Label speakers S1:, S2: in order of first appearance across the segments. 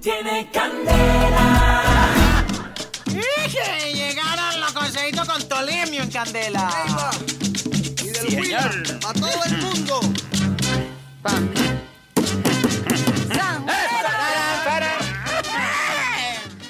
S1: tiene candela.
S2: ¡Ije! Llegaron los consejitos con Tolemio en candela.
S3: Ahí va. Y del
S2: Sí,
S3: Huila,
S2: señor.
S3: a todo el mundo.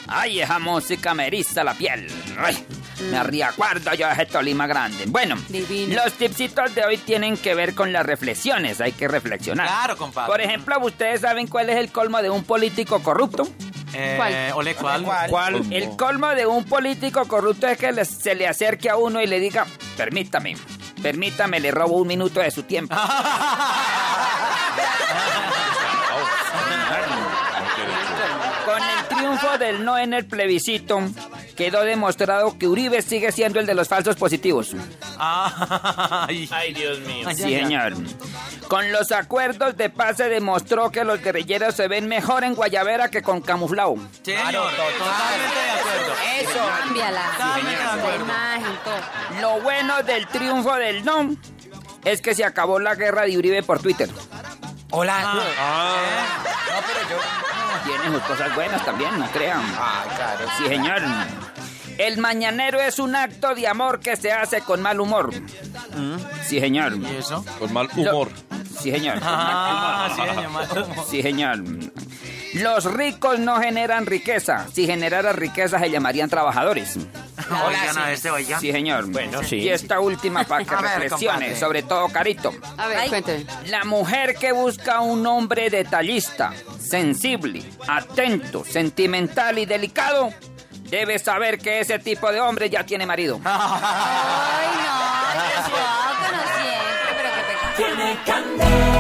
S1: Ay, esa música me eriza la piel. Ay, me riacuerdo yo de ese Tolima grande. Bueno,
S4: Divino.
S1: los tipsitos de hoy tienen que ver con las reflexiones. Hay que reflexionar.
S2: Claro, compadre.
S1: Por ejemplo, ¿ustedes saben cuál es el colmo de un político corrupto?
S2: Eh,
S4: ¿Cuál?
S2: Ole, ¿cuál?
S3: ¿Cuál?
S1: El colmo de un político corrupto es que le- se le acerque a uno y le diga, permítame, permítame, le robo un minuto de su tiempo. Con el triunfo del no en el plebiscito, quedó demostrado que Uribe sigue siendo el de los falsos positivos.
S2: Ay.
S5: Ay, Dios mío.
S2: Ay,
S1: Sí,
S2: ay, ay.
S1: señor. Con los acuerdos de paz se demostró que los guerrilleros se ven mejor en Guayavera que con camuflado.
S2: Sí, señor, totalmente de acuerdo.
S4: Eso. Cámbiala.
S2: Totalmente de
S4: La
S2: acuerdo.
S4: imagen, todo.
S1: Lo bueno del triunfo del no es que se acabó la guerra de Uribe por Twitter.
S2: Ah,
S3: No, pero yo.
S1: Tiene sus cosas buenas también, no crean.
S3: Ah, claro.
S1: Sí, señor. El mañanero es un acto de amor que se hace con mal humor. Sí, señor.
S2: ¿Mm? ¿Y eso?
S6: Con mal humor.
S1: Sí, señor.
S2: Ah, sí, señor. Mato.
S1: Sí, señor. Los ricos no generan riqueza. Si generara riqueza se llamarían trabajadores.
S2: Oigan a este, oigan.
S1: Sí, señor.
S5: Bueno, sí.
S1: Y esta última para que
S2: A ver,
S1: reflexione,
S2: compadre.
S1: sobre todo Carito.
S4: A ver,
S7: Ay.
S4: cuénteme.
S1: La mujer que busca un hombre detallista, sensible, atento, sentimental y delicado, debe saber que ese tipo de hombre ya tiene marido.
S7: Ay, no, pero suave, no siempre, pero qué pecado.
S1: Tiene candela.